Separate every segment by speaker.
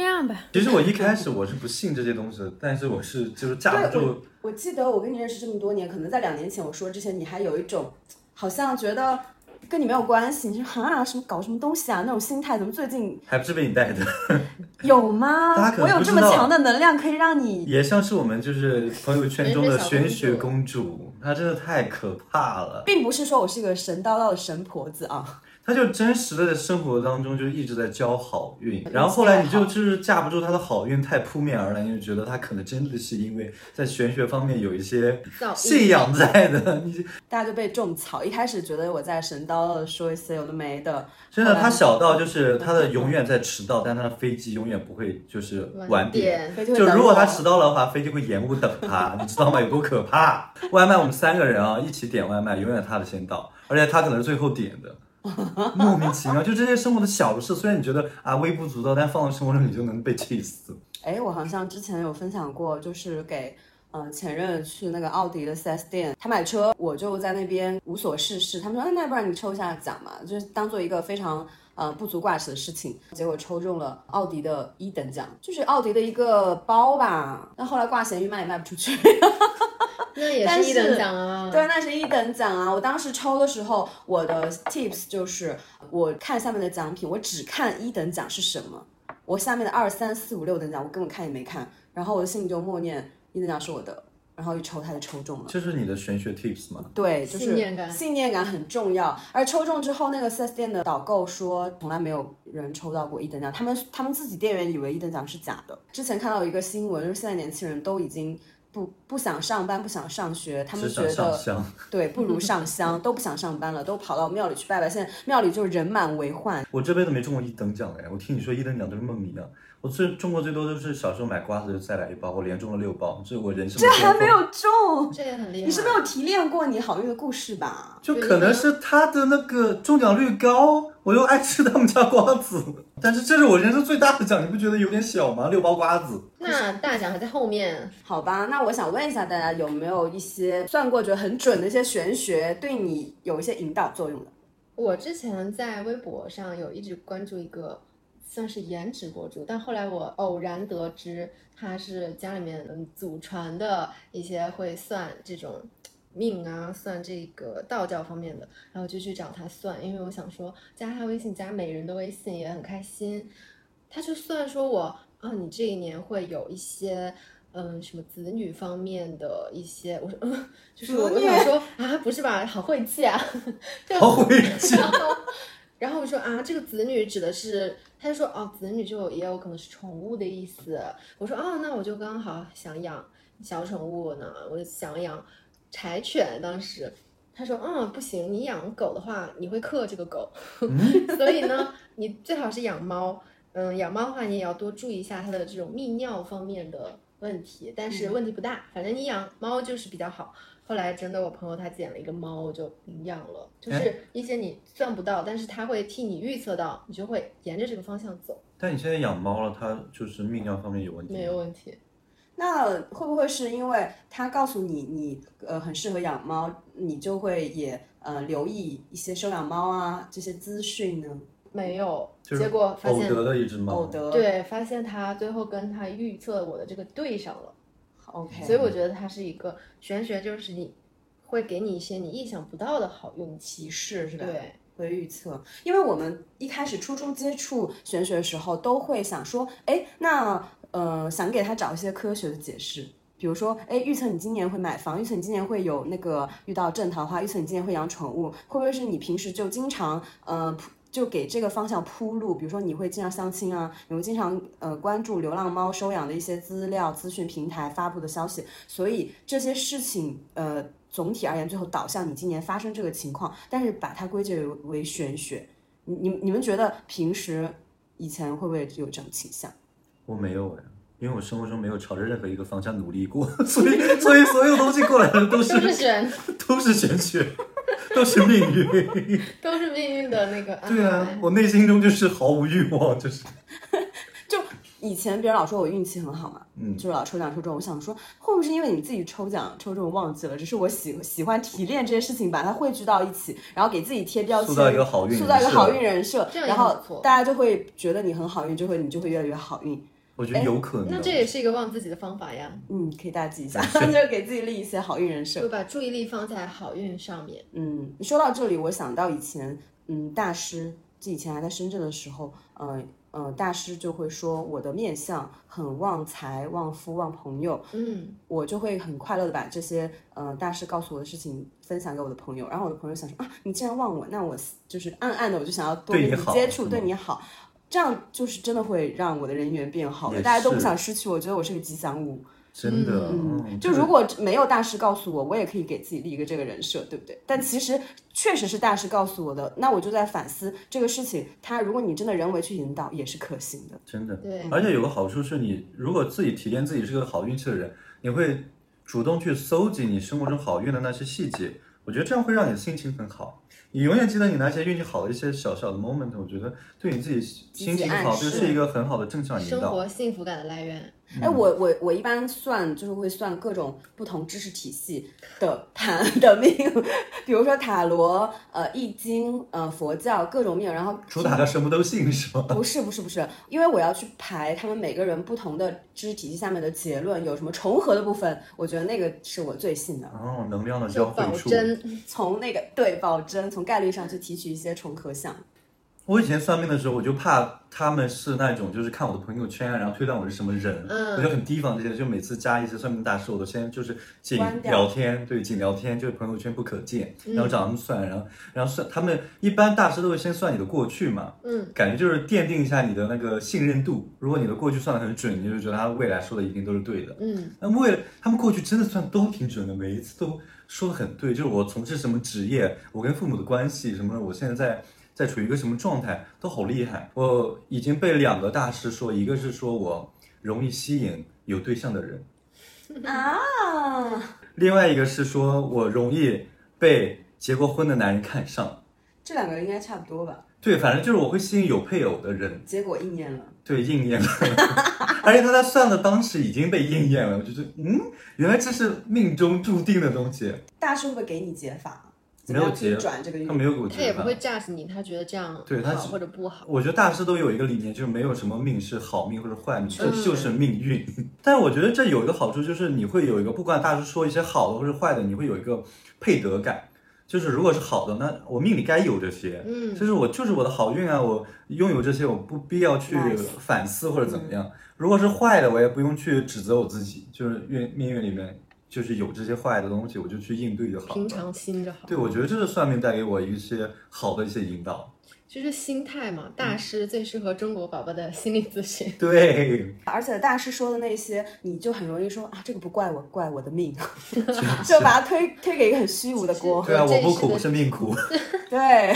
Speaker 1: 样吧。
Speaker 2: 其实我一开始我是不信这些东西的，但是我是就是架不
Speaker 1: 对
Speaker 2: 住，
Speaker 1: 我记得我跟你认识这么多年，可能在两年前我说之前，你还有一种好像觉得跟你没有关系，你说啊什么搞什么东西啊那种心态，怎么最近
Speaker 2: 还不是被你带的。
Speaker 1: 有吗
Speaker 2: 大家可？能
Speaker 1: 我有
Speaker 2: 不
Speaker 1: 这
Speaker 2: 知
Speaker 1: 么
Speaker 2: 道
Speaker 1: 强的能量可以让你
Speaker 2: 也像是我们就是朋友圈中的
Speaker 3: 人生小
Speaker 2: 玄学
Speaker 3: 公
Speaker 2: 公主，她真的太可怕了。
Speaker 1: 并不是说我是个神叨叨的神婆子啊，
Speaker 2: 她就真实的在生活当中就一直在交好运，然后后来你就就是架不住她的好运太扑面而来，你就觉得她可能真的是因为在玄学方面有一些
Speaker 3: 造诣
Speaker 2: 信仰在的。你
Speaker 1: 大家就被种草。一开始觉得我在神叨叨的说一些有的没的，
Speaker 2: 真的，
Speaker 1: 后来
Speaker 2: 她小到就是她的永远在迟到，但她的飞机永远不会就是晚点。
Speaker 3: 点，
Speaker 1: 飞机会
Speaker 2: 就
Speaker 1: 等
Speaker 2: 如果
Speaker 1: 我
Speaker 2: 她迟到了的话，飞机会延误等 她，你知道吗？有多可怕？外卖我们三个人啊一起点外卖，永远她的先到，而且她可能是最后点的。莫名其妙，就这些生活的小事，虽然你觉得啊微不足道，但放到生活中你就能被气死。
Speaker 1: 哎，我好像之前有分享过，就是给呃前任去那个奥迪的 4S 店，他买车，我就在那边无所事事。他们说，哎，那不然你抽一下奖嘛，就是当做一个非常呃不足挂齿的事情。结果抽中了奥迪的一等奖，就是奥迪的一个包吧。但后来挂闲鱼卖也卖不出去。
Speaker 3: 那也
Speaker 1: 但
Speaker 3: 是一等
Speaker 1: 是
Speaker 3: 奖啊。
Speaker 1: 对，那是一等奖啊！我当时抽的时候，我的 tips 就是我看下面的奖品，我只看一等奖是什么，我下面的二三四五六等奖我根本看也没看，然后我的心里就默念一等奖是我的，然后一抽它就抽中了。
Speaker 2: 这是你的玄学 tips 吗？
Speaker 1: 对，就是
Speaker 3: 信念感
Speaker 1: 信念感很重要。而抽中之后，那个 4S 店的导购说，从来没有人抽到过一等奖，他们他们自己店员以为一等奖是假的。之前看到一个新闻，就是现在年轻人都已经不不想上班，不想上学，他
Speaker 2: 只
Speaker 1: 们觉
Speaker 2: 想
Speaker 1: 得
Speaker 2: 上香。
Speaker 1: 对，不如上香，都不想上班了，都跑到庙里去拜拜。现在庙里就是人满为患，
Speaker 2: 我这辈子没中过一等奖哎，我听你说一等奖都是梦迷啊。我最中过最多就是小时候买瓜子就再来一包，我连中了六包，这是我人生的
Speaker 1: 这还
Speaker 2: 巅峰
Speaker 1: 没有中。
Speaker 3: 这也很厉害。
Speaker 1: 你是没有提炼过你好运的故事吧？
Speaker 2: 就可能是他的那个中奖率高，我又爱吃他们家瓜子，但是这是我人生最大的奖，你不觉得有点小吗？六包瓜子，
Speaker 3: 那大奖还在后面，啊
Speaker 1: 好吧，那我想问一下大家，有没有一些算过觉得很准的一些玄学，对你有一些引导作用的？
Speaker 3: 我之前在微博上有一直关注一个算是颜值博主，但后来我偶然得知他是家里面嗯祖传的一些会算这种命啊，算这个道教方面的，然后就去找他算，因为我想说加他微信，加每人的微信也很开心。他就算说我啊，你这一年会有一些。嗯，什么子女方面的一些，我说 嗯，就是我我想说啊，不是吧，好会记啊， 就
Speaker 2: 好晦气。
Speaker 3: 然后， 然后我说啊，这个子女指的是，他就说哦，子女就也有可能是宠物的意思。我说哦，那我就刚好想养小宠物呢，我就想养柴犬。当时他说，嗯，不行，你养狗的话，你会克这个狗，
Speaker 2: 嗯
Speaker 3: 所以呢，你最好是养猫。嗯，养猫的话，你也要多注意一下它的这种泌尿方面的问题，但
Speaker 2: 嗯
Speaker 3: 是问题不大，反正你养猫就是比较好。后来真的，我朋友他捡了一个猫，我就领养了，
Speaker 2: 哎
Speaker 3: 就是一些你算不到，但是他会替你预测到，你就会沿着这个方向走，
Speaker 2: 但你现在养猫了，它就是泌尿方面有问题吗，
Speaker 3: 没有问题。
Speaker 1: 那会不会是因为他告诉你你呃很适合养猫，你就会也呃留意一些收养猫啊这些资讯呢？
Speaker 3: 没有，
Speaker 2: 就是
Speaker 3: 结果发
Speaker 2: 偶
Speaker 3: 现
Speaker 2: 得的一只猫，
Speaker 1: 偶得
Speaker 3: 对，发现他最后跟他预测我的这个对上了，
Speaker 1: ，OK，
Speaker 3: 所以
Speaker 2: 嗯
Speaker 3: 我觉得它是一个玄学，就是你会给你一些你意想不到的好运气。
Speaker 1: 提示是吧？
Speaker 3: 对，
Speaker 1: 会预测，因为我们一开始初中接触玄学的时候，都会想说，哎，那呃，想给他找一些科学的解释，比如说，哎，预测你今年会买房，预测你今年会有那个遇到正桃花，预测你今年会养宠物，会不会是你平时就经常呃铺就给这个方向铺路？比如说你会经常相亲啊，你会经常呃关注流浪猫收养的一些资料、资讯平台发布的消息，所以这些事情呃总体而言，最后导向你今年发生这个情况，但是把它归结为为玄学。你你你们觉得平时以前会不会有这种倾向？
Speaker 2: 我没有哎，因为我生活中没有朝着任何一个方向努力过， 所以所以所有东西过来的都
Speaker 3: 都是
Speaker 2: 是
Speaker 3: 选，
Speaker 2: 都是玄学，都是命运。
Speaker 3: 都是命运的那个安排。
Speaker 2: 对啊，我内心中就是毫无欲望，就是
Speaker 1: 就以前别人老说我运气很好嘛，
Speaker 2: 嗯
Speaker 1: 就是老抽奖抽中，我想说会不会是因为你自己抽奖抽中忘记了，只是我喜喜欢提炼这些事情，把它汇聚到一起，然后给自己贴标签，
Speaker 2: 塑造一个好运
Speaker 1: 塑造一个
Speaker 2: 人设
Speaker 1: 好运人设，
Speaker 3: 这样也
Speaker 1: 然
Speaker 3: 很
Speaker 1: 后
Speaker 3: 不错
Speaker 1: 大家就会觉得你很好运，就会你就会越来越好运。
Speaker 2: 我觉得有可能。
Speaker 3: 那这也是一个旺自己的方法呀，
Speaker 1: 嗯，可以大家记一下，
Speaker 2: 没事
Speaker 1: 就是给自己立一些好运人设。
Speaker 3: 就把注意力放在好运上面。
Speaker 1: 嗯，说到这里，我想到以前，嗯，大师就以前还在深圳的时候，呃呃，大师就会说我的面相很旺财、旺夫、旺朋友，
Speaker 3: 嗯，
Speaker 1: 我就会很快乐的把这些呃大师告诉我的事情分享给我的朋友，然后我的朋友想说啊，你既然忘我，那我就是暗暗的我就想要多
Speaker 2: 对
Speaker 1: 跟
Speaker 2: 你好
Speaker 1: 接
Speaker 2: 嗯
Speaker 1: 触，对你好，这样就是真的会让我的人缘变好
Speaker 2: 也
Speaker 1: 的，大家都不
Speaker 2: 是
Speaker 1: 想失去我，我觉得我是个吉祥物。
Speaker 2: 真的，
Speaker 1: 嗯
Speaker 2: 嗯，
Speaker 1: 就如果没有大师告诉我，我也可以给自己立一个这个人设，对不对？但其实确实是大师告诉我的，那我就在反思这个事情。它如果你真的人为去引导，也是可行的。
Speaker 2: 真的，
Speaker 3: 对，
Speaker 2: 而且有个好处是你如果自己提炼自己是个好运气的人，你会主动去搜集你生活中好运的那些细节，我觉得这样会让你心情很好。你永远记得你那些运气好的一些小小的 moment，我觉得对你自己心情好，
Speaker 1: 暗
Speaker 2: 这
Speaker 1: 示
Speaker 2: 是一个很好的正向引
Speaker 3: 生
Speaker 2: 导。
Speaker 3: 活幸福感的来源。
Speaker 1: 哎，我我我一般算就是会算各种不同知识体系的塔 的命，比如说塔罗、呃易经、呃佛教各种命，然后
Speaker 2: 主打的什么都信是吗？
Speaker 1: 不是不是不是，因为我要去排他们每个人不同的知识体系下面的结论有什么重合的部分，我觉得那个是我最信的。
Speaker 2: 哦，能量的
Speaker 3: 就
Speaker 2: 交汇
Speaker 3: 保
Speaker 2: 处。
Speaker 3: 真，
Speaker 1: 从那个对保真，从概率上去提取一些重合项。
Speaker 2: 我以前算命的时候，我就怕他们是那种，就是看我的朋友圈啊，然后推断我是什么人，
Speaker 3: 嗯
Speaker 2: 我就很提防这些。就每次加一些算命大师，我都先就是仅
Speaker 1: 关掉
Speaker 2: 聊天，对，仅聊天，就是朋友圈不可见，
Speaker 3: 嗯
Speaker 2: 然后找他们算，然后然后算他们一般大师都会先算你的过去嘛，
Speaker 3: 嗯，
Speaker 2: 感觉就是奠定一下你的那个信任度。如果你的过去算的很准，你就觉得他未来说的一定都是对的。
Speaker 3: 嗯，
Speaker 2: 那为了他们过去真的算都挺准的，每一次都说的很对，就是我从事什么职业，我跟父母的关系什么的，我现在在在处于一个什么状态，都好厉害。我已经被两个大师说，一个是说我容易吸引有对象的人，
Speaker 1: 啊，
Speaker 2: 另外一个是说我容易被结过婚的男人看上。
Speaker 1: 这两个应该差不多吧？
Speaker 2: 对，反正就是我会吸引有配偶的人，
Speaker 1: 结果应验了。
Speaker 2: 对，应验了。 而且他在算的当时已经被应验了，我就觉得嗯，原来这是命中注定的东西。
Speaker 1: 大师会不会给你解法？怎
Speaker 2: 没
Speaker 1: 么
Speaker 2: 有
Speaker 1: 样去
Speaker 2: 结，
Speaker 1: 转这个运
Speaker 2: 他？没有给我
Speaker 3: 他也
Speaker 2: 结
Speaker 3: 不
Speaker 2: 吧。
Speaker 3: 会 judge 你，他觉得这样
Speaker 2: 对他
Speaker 3: 好
Speaker 2: 只
Speaker 3: 或者不好。
Speaker 2: 我觉得大师都有一个理念，就是没有什么命是好命或者坏命，
Speaker 3: 嗯
Speaker 2: 这就是命运。 但是我觉得这有一个好处，就是你会有一个，不管大师说一些好的或者坏的，你会有一个配得感。就是如果是好的，那我命里该有这些，
Speaker 3: 嗯
Speaker 2: 就是我就是我的好运啊，我拥有这些，我不必要去
Speaker 1: Nice
Speaker 2: 反思或者怎么
Speaker 3: 嗯
Speaker 2: 样。如果是坏的，我也不用去指责我自己，就是运命运里面就是有这些坏的东西，我就去应对就好
Speaker 3: 平
Speaker 2: 了。
Speaker 3: 常心就好，
Speaker 2: 对，我觉得这是算命带给我一些好的一些引导。
Speaker 3: 就是心态嘛。
Speaker 2: 嗯
Speaker 3: 大师最适合中国宝宝的心理咨询。
Speaker 2: 对，
Speaker 1: 而且大师说的那些，你就很容易说啊，这个不怪我，怪我的命，就把它推推给一个很虚无的锅。
Speaker 2: 对啊，
Speaker 3: 这
Speaker 2: 我
Speaker 3: 一
Speaker 2: 不
Speaker 3: 世
Speaker 2: 苦
Speaker 3: 的
Speaker 2: 是命苦。
Speaker 1: 对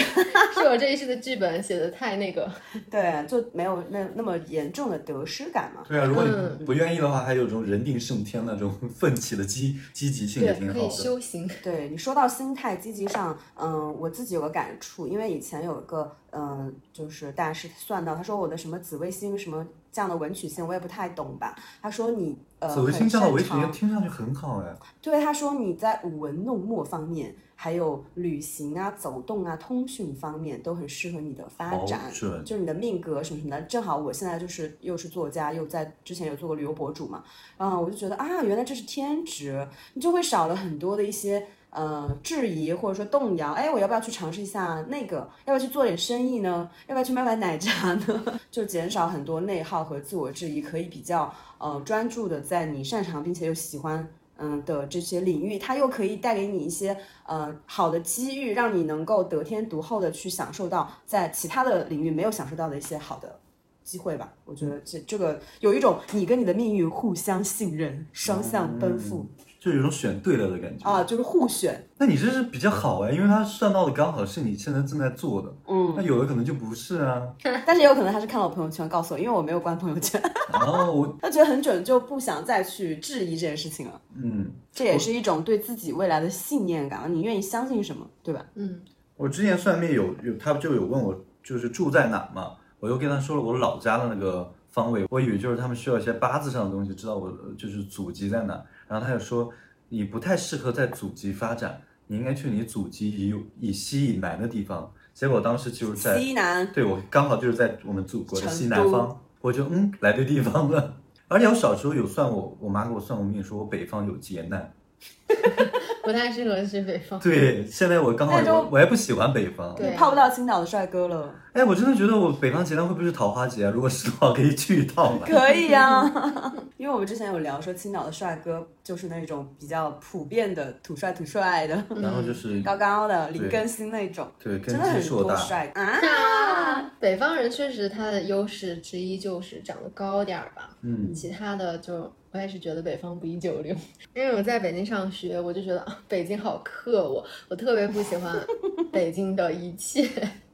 Speaker 3: 是我这一世的剧本写的太那个，
Speaker 1: 对，就没有那那么严重的得失感嘛。
Speaker 2: 对啊，如果你
Speaker 3: 嗯
Speaker 2: 不愿意的话，还有种人定胜天那种奋起的积 积极性也
Speaker 3: 对，
Speaker 2: 挺
Speaker 3: 可
Speaker 2: 好
Speaker 3: 以
Speaker 2: 的。
Speaker 3: 修行。
Speaker 1: 对你说到心态积极上，嗯，我自己有个感触，因为以前有一个，嗯，就是大师算到，他说我的什么紫微星什么这样的文曲星，我也不太懂吧。他说你呃，
Speaker 2: 紫微
Speaker 1: 很
Speaker 2: 星降到
Speaker 1: 擅
Speaker 2: 为止，
Speaker 1: 长
Speaker 2: 听上去很好哎。
Speaker 1: 对，他说你在舞文弄墨方面，还有旅行啊、走动啊、通讯方面都很适合你的发
Speaker 2: 好
Speaker 1: 展，
Speaker 2: 准
Speaker 1: 就是你的命格什么什么的。正好我现在就是又是作家，又在之前有做过旅游博主嘛，啊、我就觉得啊，原来这是天职，你就会少了很多的一些。呃，质疑或者说动摇，哎，我要不要去尝试一下那个？要不要去做点生意呢？要不要去卖卖奶茶呢？ 就减少很多内耗和自我质疑，可以比较呃专注的在你擅长并且又喜欢嗯的这些领域，它又可以带给你一些呃好的机遇，让你能够得天独厚的去享受到在其他的领域没有享受到的一些好的机会吧。我觉得这这个有一种你跟你的命运互相信任，双向
Speaker 2: 嗯
Speaker 1: 奔赴
Speaker 2: 就有种选对了的感觉
Speaker 1: 啊，！就是互选。
Speaker 2: 那你这是比较好哎，因为它算到的刚好是你现在正在做的，
Speaker 1: 嗯，
Speaker 2: 那有的可能就不是啊。
Speaker 1: 但是也有可能他是看了我朋友圈告诉我，因为我没有关朋友圈，
Speaker 2: 然后我
Speaker 1: 他觉得很准，就不想再去质疑这件事情了。
Speaker 2: 嗯，
Speaker 1: 这也是一种对自己未来的信念感，你愿意相信什么，对吧？
Speaker 3: 嗯，
Speaker 2: 我之前算命有有，他就有问我就是住在哪嘛，我又跟他说了我老家的那个方位，我以为就是他们需要一些八字上的东西，知道我呃就是祖籍在哪，然后他就说你不太适合在祖籍发展，你应该去你祖籍以以西以南的地方。结果当时就是在
Speaker 1: 西南
Speaker 2: 对我刚好就是在我们祖国的西南
Speaker 1: 成都
Speaker 2: 方，我就嗯来对地方了。而且我小时候有算我，我妈给我算过命，说我北方有劫难。
Speaker 3: 不太适合去北方。
Speaker 2: 对，现在我刚好
Speaker 1: 那就
Speaker 2: 我我还不喜欢北方。
Speaker 3: 对
Speaker 1: 泡不到青岛的帅哥 了，
Speaker 2: 哎，我真的觉得我北方劫难会不会是桃花劫啊？如果是的话，可以去一趟 吧。
Speaker 1: 可以啊，因为我们之前有聊说青岛的帅哥就是那种比较普遍的土帅土帅的，
Speaker 2: 然后就是
Speaker 1: 嗯高高的林更新那种，
Speaker 2: 嗯对，
Speaker 1: 真
Speaker 2: 跟
Speaker 1: 的
Speaker 2: 基
Speaker 1: 很
Speaker 2: 数
Speaker 1: 多
Speaker 2: 大，
Speaker 1: 帅啊，
Speaker 3: 啊，北方人确实他的优势之一就是长得高点儿吧，
Speaker 2: 嗯，
Speaker 3: 其他的就我也是觉得北方不宜久留。 因为我在北京上学，我就觉得啊北京好克我，我特别不喜欢北京的一切。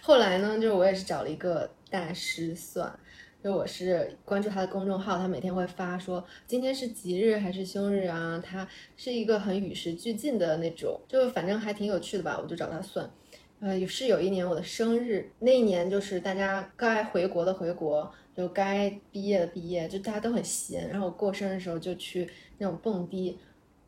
Speaker 3: 后来呢，就是我也是找了一个大师算。就我是关注他的公众号，他每天会发说今天是吉日还是凶日啊，他是一个很与时俱进的那种，就反正还挺有趣的吧，我就找他算。呃，也是有一年我的生日，那一年就是大家该回国的回国，就该毕业的毕业，就大家都很闲。然后我过生日的时候就去那种蹦迪，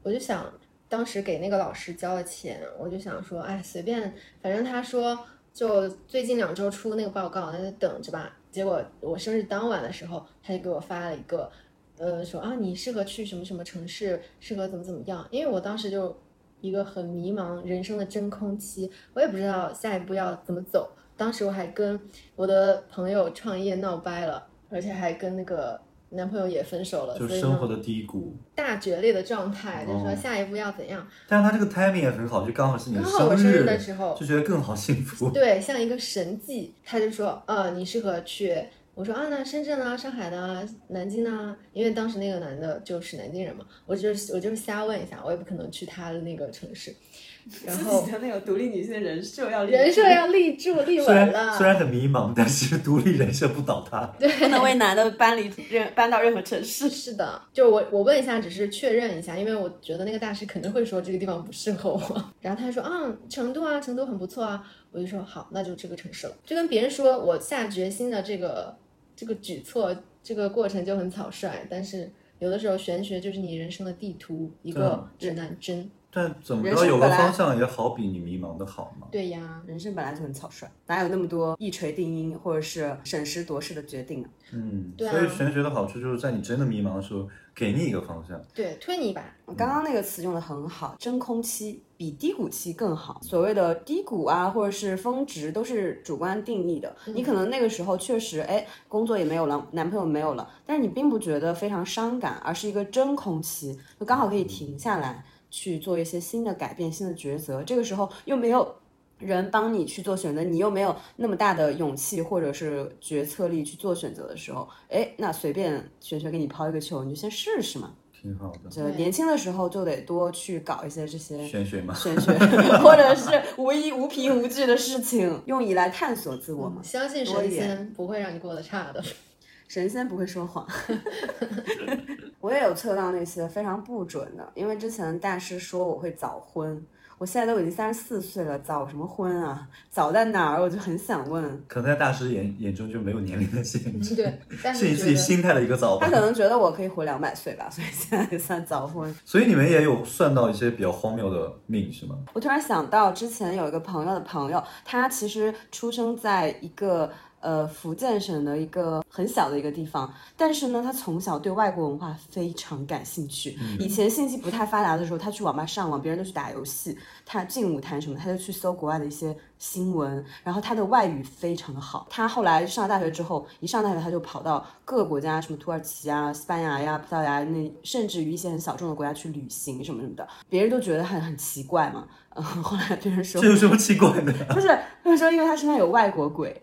Speaker 3: 我就想，当时给那个老师交了钱，我就想说，哎，随便，反正他说就最近两周出那个报告，那就等着吧。结果我生日当晚的时候，他就给我发了一个，呃，说啊，你适合去什么什么城市，适合怎么怎么样。因为我当时就一个很迷茫，人生的真空期，我也不知道下一步要怎么走。当时我还跟我的朋友创业闹掰了，而且还跟那个男朋友也分手了，
Speaker 2: 就
Speaker 3: 所以
Speaker 2: 生活
Speaker 3: 呢，
Speaker 2: 的低谷。
Speaker 3: 大决裂的状态，就是说
Speaker 2: 哦
Speaker 3: 下一步要怎样。
Speaker 2: 但是他这个 timing 也很好，就刚好是你的
Speaker 3: 刚好我生日
Speaker 2: 日
Speaker 3: 的时候
Speaker 2: 就觉得更好幸福。
Speaker 3: 对，像一个神迹，他就说，呃，你适合去。我说啊，那深圳啊、上海的啊、南京啊，因为当时那个男的就是南京人嘛，我就是我就是瞎问一下，我也不可能去他的那个城市。然后
Speaker 1: 自己的那个独立女性的人设要立
Speaker 3: 人
Speaker 1: 住
Speaker 3: 设要立住立
Speaker 2: 虽
Speaker 3: 稳
Speaker 2: 然
Speaker 3: 了，
Speaker 2: 虽然很迷茫，但是独立人设不倒塌。
Speaker 1: 不能为难的搬离任搬到任何城市。
Speaker 3: 是的，就是我我问一下，只是确认一下，因为我觉得那个大师肯定会说这个地方不适合我。 然后他说，啊，成都啊，成都很不错啊。我就说好，那就这个城市了。就跟别人说我下决心的这个这个举措，这个过程就很草率，但是有的时候玄学就是你人生的地图，一
Speaker 2: 啊
Speaker 3: 个指南针。
Speaker 2: 但怎么
Speaker 1: 人
Speaker 2: 着
Speaker 1: 生
Speaker 2: 有个
Speaker 1: 本来
Speaker 2: 方向也好比你迷茫的好嘛。
Speaker 3: 对呀，
Speaker 1: 人生本来就很草率，哪有那么多一锤定音或者是审时度势的决定啊？
Speaker 2: 嗯，
Speaker 3: 对啊
Speaker 2: 所以玄学的好处就是在你真的迷茫的时候，给你一个方向。
Speaker 3: 对，推你一把。
Speaker 1: 刚刚那个词用的很好，真空期比低谷期更好。所谓的低谷啊，或者是峰值，都是主观定义的。你可能那个时候确实，哎，工作也没有了，男朋友没有了，但是你并不觉得非常伤感，而是一个真空期，就刚好可以停下来去做一些新的改变、新的抉择。这个时候又没有。人帮你去做选择，你又没有那么大的勇气或者是决策力去做选择的时候，哎，那随便璇璇给你抛一个球，你就先试试嘛。
Speaker 2: 挺好的，
Speaker 1: 呃，年轻的时候就得多去搞一些这些
Speaker 2: 玄学嘛，
Speaker 1: 玄学，或者是无依无凭无据的事情，用以来探索自我嘛。
Speaker 3: 嗯相信
Speaker 1: 多
Speaker 3: 神
Speaker 1: 一点
Speaker 3: 仙不会让你过得差的。
Speaker 1: 神仙不会说谎。我也有测到那些非常不准的，因为之前大师说我会早婚，我现在都已经三十四岁了，早什么婚啊？早在哪儿？我就很想问。
Speaker 2: 可能在大师眼眼中就没有年龄的限制，
Speaker 3: 对，但
Speaker 2: 是你
Speaker 3: 是觉
Speaker 2: 自己
Speaker 3: 得
Speaker 2: 心态的一个造
Speaker 1: 他
Speaker 2: 化
Speaker 1: 可。能觉得我可以活两百岁吧，所以现在也算早婚。
Speaker 2: 所以你们也有算到一些比较荒谬的命是吗？
Speaker 1: 我突然想到，之前有一个朋友的朋友，他其实出生在一个呃福建省的一个很小的一个地方，但是呢，他从小对外国文化非常感兴趣。以前信息不太发达的时候，他去网吧上网，别人都去打游戏，他进舞台什么，他就去搜国外的一些新闻。然后他的外语非常的好，他后来上了大学之后，一上大学他就跑到各个国家，什么土耳其啊、西班牙呀、葡萄牙那，甚至于一些很小众的国家去旅行什么什么的，别人都觉得很很奇怪嘛。嗯，后来别人说
Speaker 2: 这，有什么奇怪的？
Speaker 1: 就是他们说，因为他身上有外国鬼。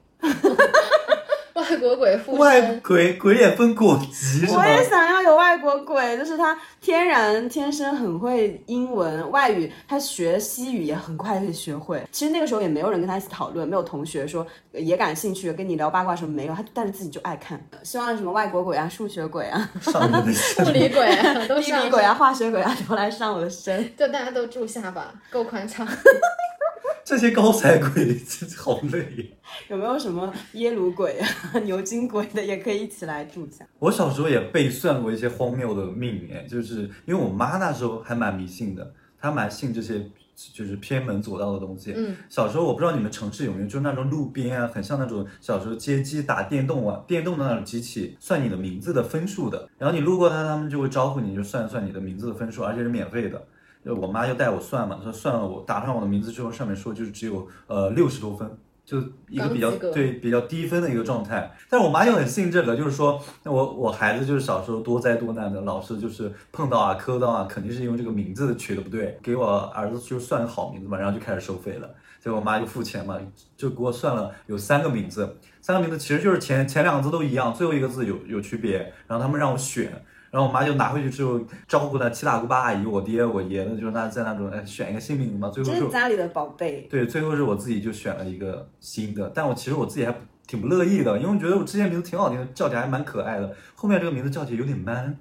Speaker 3: 外国鬼附
Speaker 2: 外
Speaker 3: 身，
Speaker 2: 鬼鬼也分国籍是
Speaker 1: 我
Speaker 2: 吧？
Speaker 1: 也想要有外国鬼，就是他天然天生很会英文、外语，他学西语也很快可以学会。其实那个时候也没有人跟他一起讨论，没有同学说呃也感兴趣，跟你聊八卦什么没有，他但是自己就爱看，呃希望什么外国鬼啊、数学鬼啊、
Speaker 2: 上面的是
Speaker 3: 物理鬼啊都
Speaker 1: 地
Speaker 3: 上
Speaker 1: 理鬼啊、化学鬼啊都来上我的身。
Speaker 3: 就大家都住下吧，够宽敞。
Speaker 2: 这些高才鬼，真是好累呀。
Speaker 1: 有没有什么耶鲁鬼啊、牛津鬼的也可以一起来住下？
Speaker 2: 我小时候也被算过一些荒谬的命哎，就是因为我妈那时候还蛮迷信的，她蛮信这些就是偏门左道的东西。
Speaker 3: 嗯，
Speaker 2: 小时候我不知道你们城市有没有，就是那种路边啊，很像那种小时候街机打电动啊，电动的那种机器，算你的名字的分数的。然后你路过它，他们就会招呼你，就算算你的名字的分数，而且是免费的。就我妈就带我算嘛，说算了我打上我的名字之后，上面说就是只有呃六十多分，就一个比较
Speaker 3: 刚及格
Speaker 2: 对比较低分的一个状态。但是我妈就很信这个，就是说那我我孩子就是小时候多灾多难的，老是就是碰到啊磕到啊，肯定是因为这个名字取的不对，给我儿子就算个好名字嘛，然后就开始收费了。结果我妈就付钱嘛，就给我算了有三个名字，三个名字其实就是前前两个字都一样，最后一个字有有区别。然后他们让我选，然后我妈就拿回去之后招呼那七大姑八阿姨，我爹我爷的，就是那在那种哎选一个新名字嘛，最后
Speaker 1: 真
Speaker 2: 就是
Speaker 1: 家里的宝贝。
Speaker 2: 对，最后是我自己就选了一个新的，但我其实我自己还挺不乐意的，因为我觉得我之前名字挺好听的，叫起来还蛮可爱的，后面这个名字叫起来有点 man，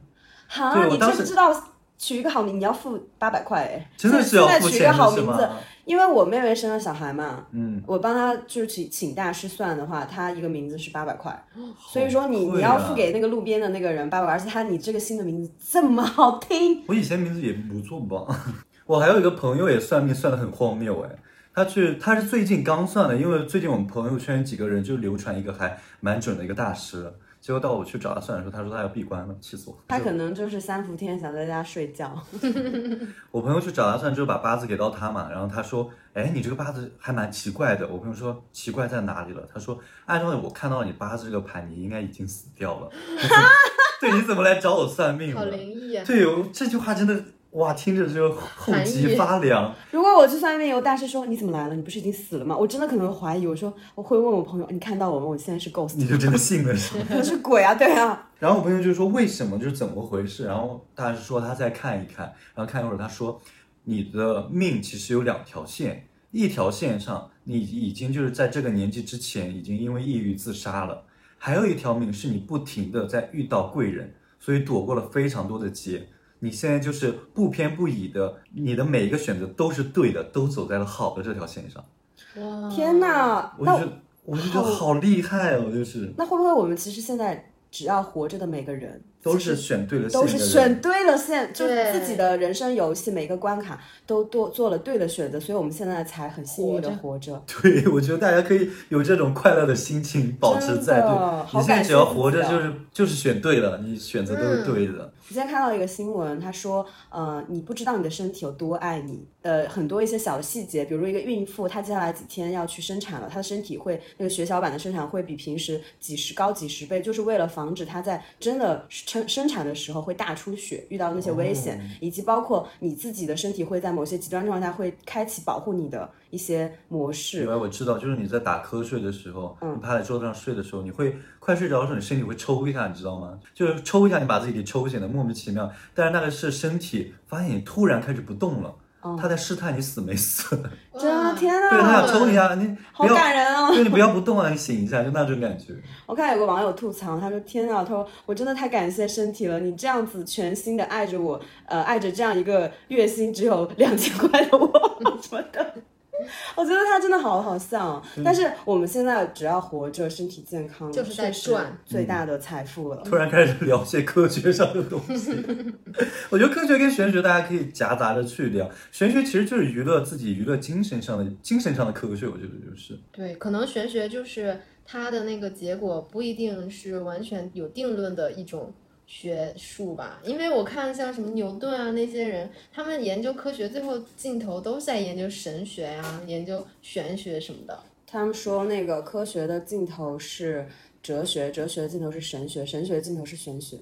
Speaker 2: 对
Speaker 1: 哈，
Speaker 2: 我
Speaker 1: 你
Speaker 2: 当
Speaker 1: 知不
Speaker 2: 时
Speaker 1: 知道取一个好名你要付八百块哎？
Speaker 2: 真的是要
Speaker 1: 现在
Speaker 2: 付
Speaker 1: 取一个
Speaker 2: 钱
Speaker 1: 好
Speaker 2: 的是
Speaker 1: 名
Speaker 2: 吗？
Speaker 1: 字，因为我妹妹生了小孩嘛，
Speaker 2: 嗯，
Speaker 1: 我帮她就是请请大师算的话，她一个名字是八百块，所以说你
Speaker 2: 好
Speaker 1: 你
Speaker 2: 贵
Speaker 1: 要
Speaker 2: 啊
Speaker 1: 付给那个路边的那个人八百块，而且她你这个新的名字这么好听，
Speaker 2: 我以前名字也不错吧。 我还有一个朋友也算命，算的很荒谬哎。他去，他是最近刚算的，因为最近我们朋友圈几个人就流传一个还蛮准的一个大师，结果到我去找他算的时候，他说他要闭关了，气死我！
Speaker 1: 她可能就是三伏天想在家睡觉，
Speaker 2: 我朋友去找他算之后，把八字给到他嘛，然后他说：“哎，你这个八字还蛮奇怪的。”我朋友说：“奇怪在哪里了？”他说：“按照我看到你八字这个盘，你应该已经死掉了。 你怎么”对，你怎么来找我算命
Speaker 3: 好
Speaker 2: 了？
Speaker 3: 灵异啊！
Speaker 2: 对，我这句话真的哇，听着就后
Speaker 3: 含
Speaker 2: 脊
Speaker 3: 义
Speaker 2: 发凉。
Speaker 1: 如果我去算命，有大师说你怎么来了？你不是已经死了吗？我真的可能会怀疑，我说我会问我朋友，你看到我吗？我现在 是 ghost，
Speaker 2: 你就真的信了 是吗？
Speaker 1: 我是鬼啊，对啊，
Speaker 2: 然后我朋友就说为什么，就是怎么回事？然后大师说他再看一看，然后看一会儿，他说你的命其实有两条线，一条线上你已经就是在这个年纪之前已经因为抑郁自杀了，还有一条命是你不停的在遇到贵人，所以躲过了非常多的劫。你现在就是不偏不倚的，你的每一个选择都是对的，都走在了好的这条线上。
Speaker 3: 哇，
Speaker 1: 天！哪，
Speaker 2: 我就
Speaker 1: 那
Speaker 2: 觉得，我就觉得好厉害哦，就是
Speaker 1: 那会不会我们其实现在只要活着的每个人
Speaker 2: 都是选对了线的
Speaker 1: 都
Speaker 2: 人，
Speaker 1: 是选对了线，就是
Speaker 3: 对
Speaker 1: 自己的人生游戏每个关卡都做做了对的选择，所以我们现在才很幸运的活 着。
Speaker 2: 对，我觉得大家可以有这种快乐的心情保持在。
Speaker 1: 真的
Speaker 2: 对，
Speaker 1: 好
Speaker 2: 你现在
Speaker 1: 感
Speaker 2: 只要
Speaker 1: 谢
Speaker 2: 活着，
Speaker 1: 自己
Speaker 2: 就
Speaker 1: 啊嗯
Speaker 2: 是就是选对了，你选择都是对的。
Speaker 1: 之前看到一个新闻，他说，呃，你不知道你的身体有多爱你，呃，很多一些小的细节，比如一个孕妇，她接下来几天要去生产了，她的身体会那个血小板的生产会比平时几十高几十倍，就是为了防止她在真的生生产的时候会大出血，遇到那些危险，以及包括你自己的身体会在某些极端状态下会开启保护你的一些模式
Speaker 2: 以。哎为我知道，就是你在打瞌睡的时候，
Speaker 1: 嗯
Speaker 2: 你趴在桌子上睡的时候，你会快睡着的时候，你身体会抽一下，你知道吗？就是抽一下，你把自己给抽醒的，莫名其妙。但是那个是身体发现你突然开始不动了，
Speaker 1: 嗯
Speaker 2: 他在试探你死没死。
Speaker 1: 真的天呐，
Speaker 2: 对，他想
Speaker 3: 哇
Speaker 2: 抽你一下，你
Speaker 1: 啊好
Speaker 2: 不要，
Speaker 1: 感人哦！
Speaker 2: 对你不要不动啊，你醒一下，就那种感觉。
Speaker 1: 我看有个网友吐槽，他说：“天啊，他说我真的太感谢身体了，你这样子全心的爱着我，呃，爱着这样一个月薪只有两千块的我 什么的。”我觉得他真的好好笑哦、
Speaker 2: 嗯
Speaker 1: 但是我们现在只要活着，身体健康，
Speaker 3: 就是在
Speaker 1: 确实
Speaker 3: 赚
Speaker 1: 最大的财富了。
Speaker 2: 突然开始聊一些科学上的东西。我觉得科学跟玄学大家可以夹杂着去聊，玄学其实就是娱乐自己、娱乐精神上的精神上的科学，我觉得就是。
Speaker 3: 对，可能玄学就是它的那个结果不一定是完全有定论的一种学术吧，因为我看像什么牛顿啊那些人，他们研究科学最后尽头都是在研究神学啊，研究玄学什么的。
Speaker 1: 他们说那个科学的尽头是哲学，哲学的尽头是神学，神学的尽头是玄学。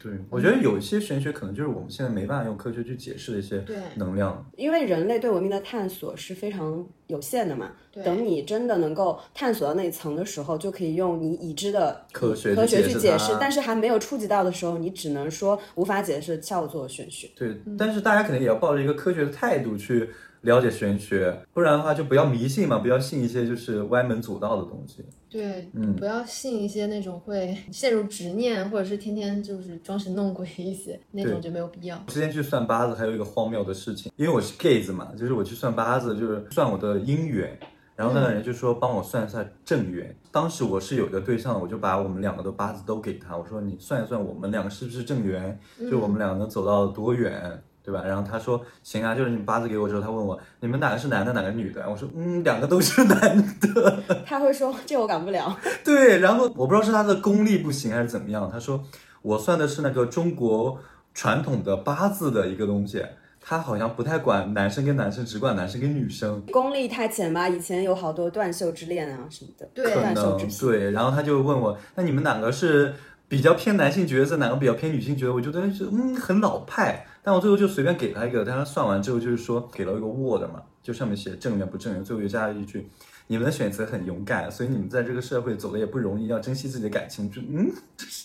Speaker 2: 对，我觉得有一些玄学可能就是我们现在没办法用科学去解释的一些
Speaker 3: 对
Speaker 2: 能量。
Speaker 1: 因为人类对文明的探索是非常有限的嘛，
Speaker 3: 对
Speaker 1: 等你真的能够探索到那一层的时候，就可以用你已知的
Speaker 2: 科学去
Speaker 1: 科学去
Speaker 2: 解
Speaker 1: 解
Speaker 2: 释
Speaker 1: 释
Speaker 2: 它，
Speaker 1: 但是还没有触及到的时候，你只能说无法解释，叫做玄学。
Speaker 2: 对，但是大家可能也要抱着一个科学的态度去了解玄学，不然的话就不要迷信嘛，不要信一些就是歪门左道的东西。
Speaker 3: 对，不要信一些那种会 陷入执念，或者是天天就是装神弄鬼一些，那种
Speaker 2: 对
Speaker 3: 就没有必要。
Speaker 2: 我之前去算八字，还有一个荒谬的事情，因为我是 gay 子嘛，就是我去算八字，就是算我的姻缘。然后那个人就说帮我算一下正缘。当时我是有一个对象的，我就把我们两个的八字都给他，我说你算一算我们两个是不是正缘，就我们两个走到多远。对吧？然后他说行啊，就是你八字给我之后，他问我你们哪个是男的，哪个女的？我说嗯，两个都是男的。
Speaker 1: 他会说这我赶不了，
Speaker 2: 对，然后我不知道是他的功力不行还是怎么样，他说我算的是那个中国传统的八字的一个东西，他好像不太管男生跟男生，只管男生跟女生。
Speaker 1: 功力太浅吧？以前有好多断袖之恋啊什么的，
Speaker 3: 对
Speaker 2: 可
Speaker 1: 断袖之
Speaker 2: 能
Speaker 1: 癖。
Speaker 2: 嗯对，然后他就问我，那你们哪个是比较偏男性角色，哪个比较偏女性角色？我觉得是嗯很老派，但我最后就随便给他一个，但他算完之后就是说给了一个 Word 嘛，就上面写正缘不正缘，最后又加了一句。你们的选择很勇敢，所以你们在这个社会走的也不容易，要珍惜自己的感情。就嗯，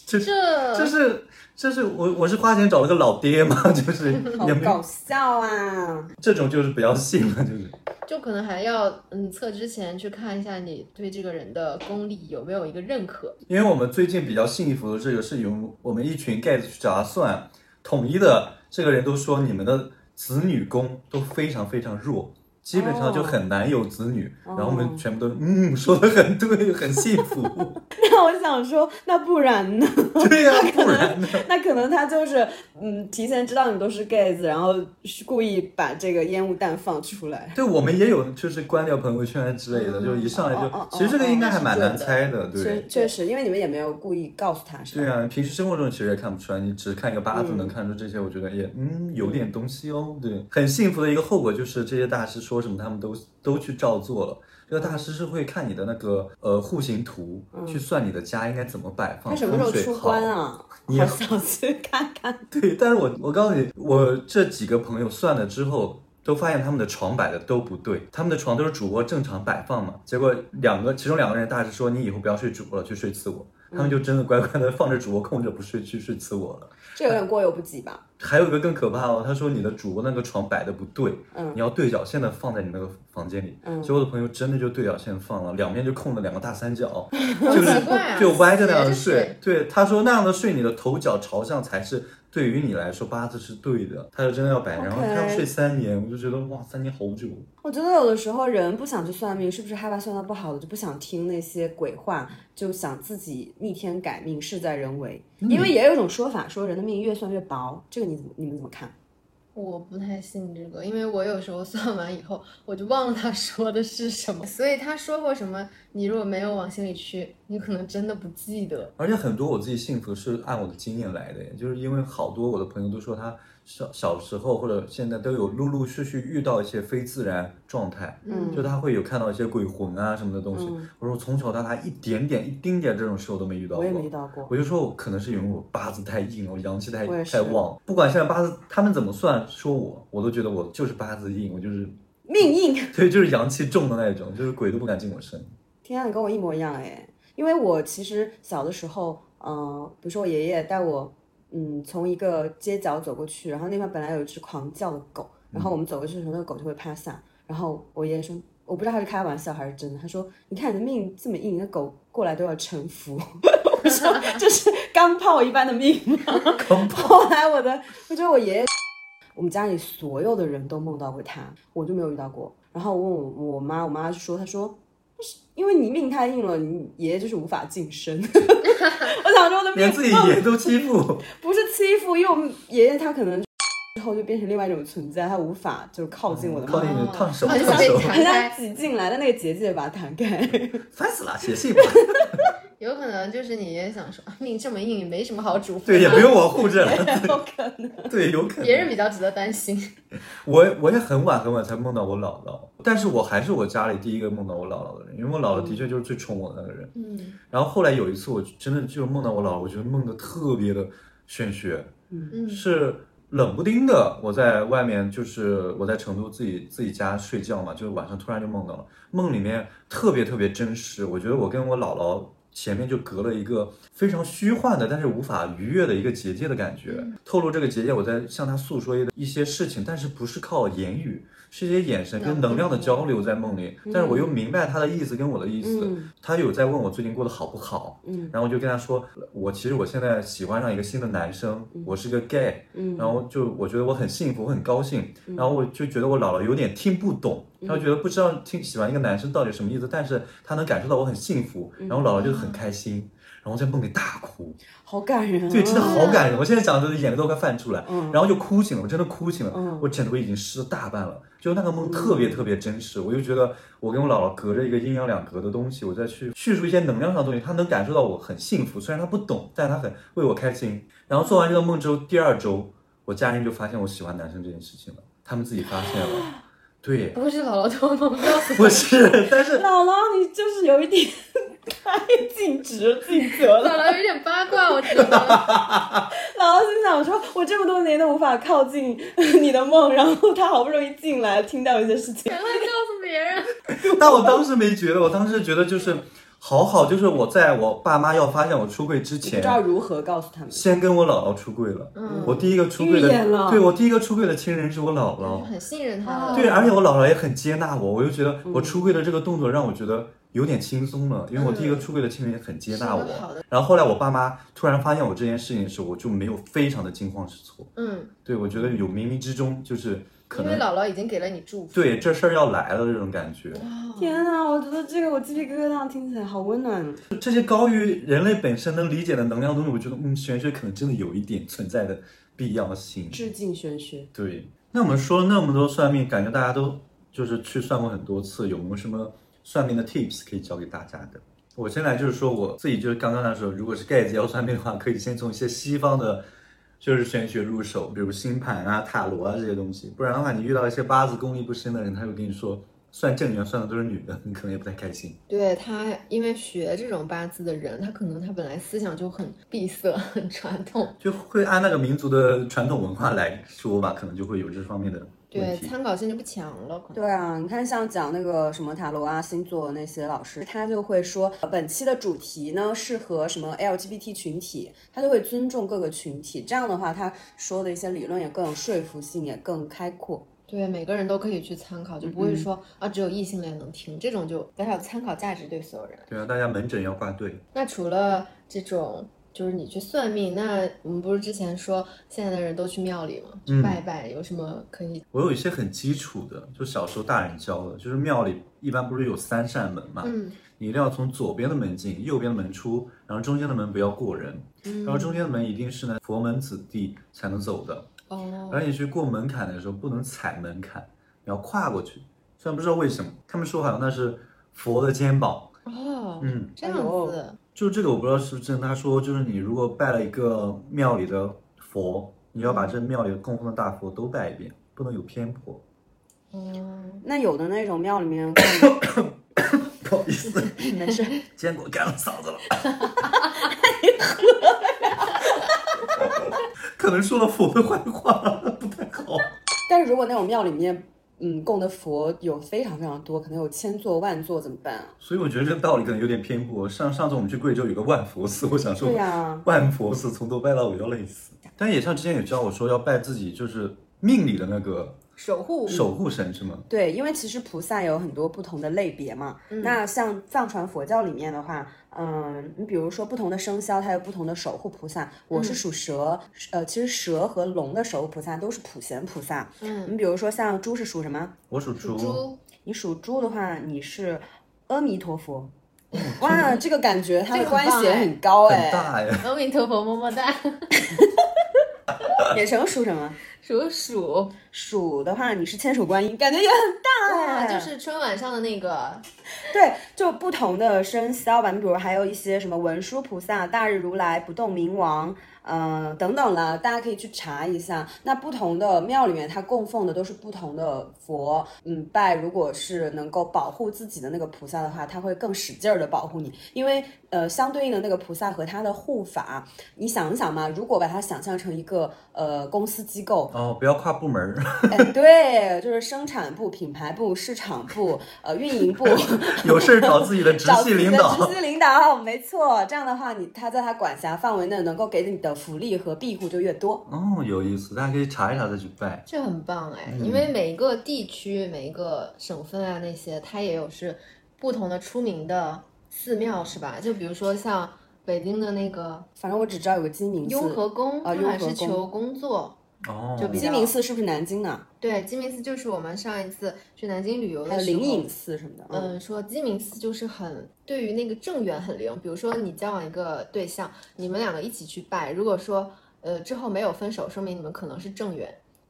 Speaker 2: 这是
Speaker 1: 呃
Speaker 3: 这
Speaker 2: 这是这是我我是花钱找了个老爹嘛， 就是
Speaker 1: 好
Speaker 2: 也没
Speaker 1: 搞笑啊！
Speaker 2: 这种就是不要信了，就是
Speaker 3: 就可能还要嗯测之前去看一下你对这个人的功力有没有一个认可。
Speaker 2: 因为我们最近比较幸福的这个是由我们一群盖子去找他算，统一的这个人都说你们的子女宫都非常非常弱，基本上就很难有子女。
Speaker 1: 哦
Speaker 2: 然后我们全部都嗯说的很对，很幸 福。
Speaker 1: 那我想说，那不然呢？
Speaker 2: 对呀、不然呢？
Speaker 1: 那可能他就是，嗯，提前知道你都是 gay 子，然后是故意把这个烟雾弹放出来。
Speaker 2: 对我们也有就是关掉朋友圈之类的，就一上来就，
Speaker 1: 哦哦哦
Speaker 2: 其实这个应该还蛮难
Speaker 3: 是这
Speaker 2: 猜的，对
Speaker 1: 确。确实，因为你们也没有故意告诉他，是
Speaker 2: 对
Speaker 1: 吧？
Speaker 2: 啊，平时生活中其实也看不出来，你只看一个八字
Speaker 1: 嗯
Speaker 2: 能看出这些，我觉得也嗯有点东西哦。对，很幸福的一个后果就是这些大师说什么他们都都去照做了。这个大师是会看你的那个呃户型图，去算你的家应该怎么摆放，
Speaker 1: 嗯他什么时候
Speaker 2: 风水
Speaker 1: 出
Speaker 2: 好
Speaker 1: 关？啊？
Speaker 2: 你
Speaker 1: 好想去看看。
Speaker 2: 对，但是我我告诉你，我这几个朋友算了之后，都发现他们的床摆的都不对，他们的床都是主卧正常摆放嘛。结果两个，其中两个人大致说，你以后不要睡主卧了，去睡次卧。他
Speaker 1: 嗯
Speaker 2: 们就真的乖乖的放着主卧空着不睡，去睡次卧了。
Speaker 1: 这有点过犹不及吧？
Speaker 2: 还有一个更可怕哦，他说你的主卧那个床摆的不对，
Speaker 1: 嗯
Speaker 2: 你要对角线的放在你那个房间里。
Speaker 1: 嗯
Speaker 2: 结果我的朋友真的就对角线放了，两边就空了两个大三角，就是
Speaker 3: 奇怪啊
Speaker 2: 就歪着那样
Speaker 3: 斜着
Speaker 2: 睡。对，他说那样的睡，你的头脚朝上才是对于你来说八字是对的。他就真的要摆，然后
Speaker 1: OK
Speaker 2: 他要睡三年，我就觉得哇，三年好久。
Speaker 1: 我觉得有的时候人不想去算命，是不是害怕算的不好的，就不想听那些鬼话，就想自己逆天改命，事在人为。
Speaker 2: 嗯
Speaker 1: 因为也有一种说法说人的命越算越薄，这个你怎么你们怎么看？
Speaker 3: 我不太信这个，因为我有时候算完以后，我就忘了他 说的是什么。所以他说过什么，你如果没有往心里去，你可能真的不记得。
Speaker 2: 而且很多我自己幸福是按我的经验来的，就是因为好多我的朋友都说他小小时候或者现在都有陆陆续续遇到一些非自然状态，
Speaker 1: 嗯
Speaker 2: 就他会有看到一些鬼魂啊什么的东西。
Speaker 1: 嗯
Speaker 2: 我说我从小到大一点点一丁点这种事我都没遇到
Speaker 1: 我
Speaker 2: 过，
Speaker 1: 也没遇到过。
Speaker 2: 我就说我可能是因为我八字太硬了，我阳气太
Speaker 1: 我也是
Speaker 2: 太旺。不管现在八字他们怎么算说我，我都觉得我就是八字硬，我就是
Speaker 1: 命硬，
Speaker 2: 对，就是阳气重的那种，就是鬼都不敢近我身。
Speaker 1: 天啊，你跟我一模一样哎！因为我其实小的时候，嗯、比如说我爷爷带我，嗯，从一个街角走过去，然后那边本来有一只狂叫的狗，然后我们走过去的时候，那个狗就会趴下，然后我爷爷说，我不知道他是开玩笑还是真的，他说，你看你的命这么硬，那狗过来都要臣服。 我说这是钢炮一般的命吗？
Speaker 2: 刚跑
Speaker 1: 后来我的，我觉得我爷爷，我们家里所有的人都梦到过他，我就没有遇到过。然后我问我我妈，我妈就说，她说，是因为你命太硬了，你爷爷就是无法晋升。 我想说我的命
Speaker 2: 连自己爷都欺 负，
Speaker 1: 不是欺负，因为我们爷爷他可能之后就变成另外一种存在，他无法就是靠近我的
Speaker 2: 嗯靠
Speaker 1: 梦
Speaker 2: 近
Speaker 1: 里。
Speaker 2: 你烫手
Speaker 3: 哦
Speaker 2: 烫
Speaker 3: 很想被
Speaker 2: 手，
Speaker 3: 弹
Speaker 1: 很 想
Speaker 3: 开
Speaker 1: 挤进来的那个结界把它弹开，
Speaker 2: 烦死 了，写信吧。
Speaker 3: 有可能就是你也想说，啊命这么硬，也没什么好嘱咐。
Speaker 2: 对，也不用我护着 了。
Speaker 1: 有可能。
Speaker 2: 对，有可能
Speaker 3: 别人比较值得担心。
Speaker 2: 我我也很晚很晚才梦到我姥姥，但是我还是我家里第一个梦到我姥姥的人，因为我姥姥的确就是最宠我的那个人。
Speaker 3: 嗯
Speaker 2: 然后后来有一次，我真的就是梦到我姥姥，我觉得梦的特别的玄学，
Speaker 3: 嗯，
Speaker 2: 是冷不丁的，我在外面就是我在成都自己自己家睡觉嘛，就是晚上突然就梦到了，梦里面特别特别真实，我觉得我跟我姥姥。前面就隔了一个非常虚幻的，但是无法逾越的一个结界的感觉。透露这个结界，我在向她诉说一些事情，但是不是靠言语，是一些眼神跟能量的交流在梦里。但是我又明白她的意思跟我的意思，
Speaker 1: 嗯
Speaker 2: 她有在问我最近过得好不好，
Speaker 1: 嗯
Speaker 2: 然后我就跟她说，我其实我现在喜欢上一个新的男生，我是个 gay，
Speaker 1: 嗯
Speaker 2: 然后就我觉得我很幸福，我很高兴，然后我就觉得我姥姥有点听不懂，
Speaker 1: 嗯
Speaker 2: 然后觉得不知道听喜欢一个男生到底什么意思，但是他能感受到我很幸福，
Speaker 1: 嗯
Speaker 2: 然后姥姥就很开心，然后在梦里大哭，
Speaker 1: 好感人、啊。
Speaker 2: 对，真的好感人，我现在想的眼泪都快泛出来，
Speaker 1: 嗯
Speaker 2: 然后就哭醒了，我真的哭醒了
Speaker 1: 嗯，
Speaker 2: 我枕头已经湿大半了，就那个梦特别特别真实，我就觉得我跟我姥姥隔着一个阴阳两隔的东西，我再去叙述一些能量上的东西，他能感受到我很幸福，虽然他不懂，但他很为我开心。然后做完这个梦之后，第二周我家人就发现我喜欢男生这件事情了，他们自己发现了，对。
Speaker 3: 不会是姥姥托梦告诉
Speaker 2: 不是， 但是
Speaker 1: 姥姥，嗯你就是有一点太尽职尽责
Speaker 3: 我，
Speaker 1: 了。
Speaker 3: 姥姥有点八卦，我觉得
Speaker 1: 姥姥心想说：“我这么多年都无法靠近你的梦，然后他好不容易进来，听到一些事情。
Speaker 3: 赶快告诉别人。
Speaker 2: 但我当时没觉得，我当时觉得就是好好，就是我在我爸妈要发现我出柜之”
Speaker 1: 不知
Speaker 2: 前，
Speaker 1: 道如何告诉他们，
Speaker 2: 先跟我姥姥出柜了。
Speaker 3: 嗯
Speaker 2: 我第一个出柜的
Speaker 1: 预言了，
Speaker 2: 对我第一个出柜的亲人是我姥姥。
Speaker 3: 很信任他的。
Speaker 2: 哦对，而且我姥姥也很接纳我，我就觉得
Speaker 3: 嗯
Speaker 2: 我出柜的这个动作让我觉得有点轻松了，因为我第一个出柜的亲人也很接纳我
Speaker 3: 是个好的。
Speaker 2: 然后后来我爸妈突然发现我这件事情的时候，我就没有非常的惊慌失措。
Speaker 3: 嗯，
Speaker 2: 对，我觉得有冥冥之中就是可
Speaker 3: 因为
Speaker 2: 能
Speaker 3: 姥姥已经给了你祝福。
Speaker 2: 对这事儿要来了这种感觉。
Speaker 3: 哇，
Speaker 1: 天哪！我觉得这个我鸡皮疙瘩听起来好温暖。
Speaker 2: 这些高于人类本身能理解的能量的东西，我觉得，嗯，玄学可能真的有一点存在的必要性。
Speaker 1: 致敬玄学，
Speaker 2: 对，那我们说了那么多算命，感觉大家都就是去算过很多次，有没有什么算命的 tips 可以教给大家的？我先来就是说我自己就是刚刚那时候，如果是盖姐要算命的话，可以先从一些西方的，就是玄学入手，比如星盘啊、塔罗啊这些东西，不然的话，你遇到一些八字功力不深的人，他就跟你说算正缘算的都是女的，你可能也不太开心。
Speaker 3: 对他，因为学这种八字的人，他可能他本来思想就很闭塞、 很传统。
Speaker 2: 就会按那个民族的传统文化来说吧，可能就会有这方面的问
Speaker 3: 对，
Speaker 2: 题。
Speaker 3: 参考性就不强了。可能
Speaker 1: 对啊，你看像讲那个什么塔罗啊、星座那些老师，他就会说呃本期的主题呢适合什么 LGBT 群体，他就会尊重各个群体。这样的话，他说的一些理论也更有说服性，也更开阔。
Speaker 3: 对，每个人都可以去参考，就
Speaker 2: 嗯
Speaker 3: 不会说啊，只有异性恋能听这种就不太有参考价值对所有人。
Speaker 2: 对啊，大家门诊要挂对，
Speaker 3: 那除了这种，就是你去算命，那我们不是之前说现在的人都去庙里吗？去
Speaker 2: 嗯
Speaker 3: 拜拜，有什么可以？
Speaker 2: 我有一些很基础的，就小时候大人教的，就是庙里一般不是有三扇门嘛，
Speaker 3: 嗯
Speaker 2: 你一定要从左边的门进，右边的门出，然后中间的门不要过人，
Speaker 3: 嗯
Speaker 2: 然后中间的门一定是呢佛门子弟才能走的，
Speaker 3: 哦，
Speaker 2: 而你去过门槛的时候不能踩门槛，你要跨过去。虽然不知道为什么，他们说好像那是佛的肩膀，
Speaker 3: 哦，
Speaker 2: 嗯，
Speaker 3: 这样
Speaker 1: 哎呦
Speaker 3: 子，
Speaker 2: 就这个我不知道是不是真的。他说就是你如果拜了一个庙里的佛，你要把这庙里供奉的大佛都拜一遍，不能有偏 颇。哎
Speaker 3: 哦，
Speaker 1: 那有的那种庙里面
Speaker 2: 不好意思，
Speaker 1: 没事，
Speaker 2: 坚果干了嗓子了。可能说了佛的坏话，不太好。
Speaker 1: 但是如果那种庙里面，嗯，供的佛有非常非常多，可能有千座万座，怎么办啊？
Speaker 2: 所以我觉得这个道理可能有点偏颇。上上次我们去贵州有个万佛寺，我想说，
Speaker 1: 对呀、
Speaker 2: 万佛寺从头拜到尾要累死。但也像之前有教我说要拜自己就是命里的那个
Speaker 3: 守护
Speaker 2: 守护神是吗？
Speaker 1: 对，因为其实菩萨有很多不同的类别嘛。
Speaker 3: 嗯
Speaker 1: 那像藏传佛教里面的话，嗯，你比如说不同的生肖，它有不同的守护菩萨。我
Speaker 3: 嗯
Speaker 1: 是属蛇，呃，其实蛇和龙的守护菩萨都是普贤菩萨。
Speaker 3: 嗯，
Speaker 1: 你比如说像猪是属什么？
Speaker 2: 我属
Speaker 3: 属
Speaker 2: 猪，
Speaker 3: 猪，
Speaker 1: 你属猪的话，你是阿弥陀 佛。哇，这个感觉它
Speaker 3: 这
Speaker 1: 的
Speaker 3: 个
Speaker 1: 关
Speaker 3: 很棒
Speaker 1: 系也
Speaker 3: 哎
Speaker 1: 很高
Speaker 2: 很
Speaker 1: 哎。
Speaker 2: 大呀。
Speaker 3: 阿弥陀佛，么么哒，
Speaker 1: 野生属什么？
Speaker 3: 属鼠，
Speaker 1: 鼠的话，你是千手观音，感觉也很大哎。
Speaker 3: 就是春晚上的那个，
Speaker 1: 对，就不同的生肖吧，你比如还有一些什么文殊菩萨、大日如来、不动明王，呃等等啦，大家可以去查一下。那不同的庙里面，它供奉的都是不同的佛，嗯，拜如果是能够保护自己的那个菩萨的话，他会更使劲儿的保护你，因为呃相对应的那个菩萨和他的护法，你想一想嘛，如果把它想象成一个呃公司机构，
Speaker 2: 哦，不要跨部门儿，
Speaker 1: 哎，对，就是生产部、品牌部、市场部、呃运营 部。
Speaker 2: 有事儿找自己的直
Speaker 1: 找
Speaker 2: 系
Speaker 1: 自己
Speaker 2: 领
Speaker 1: 的
Speaker 2: 导
Speaker 1: 直。系领导，没错。这样的话，你他在他管辖范围内能够给你的福利和庇护就越多。
Speaker 2: 哦，有意思，大家可以查一查再去拜。
Speaker 3: 这很棒哎，因为每一个地区、每一个省份啊那些，它也有是不同的出名的寺庙是吧？就比如说像北京的那个
Speaker 1: 反正我只知道有个金名字，
Speaker 3: 雍和宫，
Speaker 1: 啊
Speaker 3: 它
Speaker 1: 雍
Speaker 3: 好像
Speaker 1: 和
Speaker 3: 是
Speaker 1: 宫
Speaker 3: 求工作，
Speaker 2: 哦，
Speaker 3: 就比
Speaker 1: 鸡鸣寺是不是南京的？
Speaker 2: 嗯
Speaker 3: 对，鸡鸣寺就是我们上一次去南京旅游
Speaker 1: 还
Speaker 3: 的
Speaker 1: 有
Speaker 3: 时
Speaker 1: 灵
Speaker 3: 候
Speaker 1: 隐，寺什么的。嗯，
Speaker 3: 嗯，说鸡鸣寺就是很对于那个正缘很灵。比如说你交往一个对象，你们两个一起去拜，如果说呃之后没有分手，说明你们可能是正缘；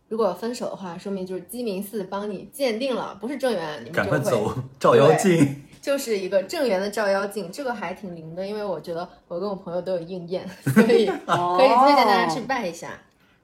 Speaker 3: 如果分手的话，说明就是鸡鸣寺帮你鉴定了不是正缘，你们
Speaker 2: 赶
Speaker 3: 就
Speaker 2: 快
Speaker 3: 会
Speaker 2: 走，照妖镜。
Speaker 3: 就是一个正缘的照妖镜，这个还挺灵的，因为我觉得我跟我朋友都有应验，所以可以推荐大家去拜一下。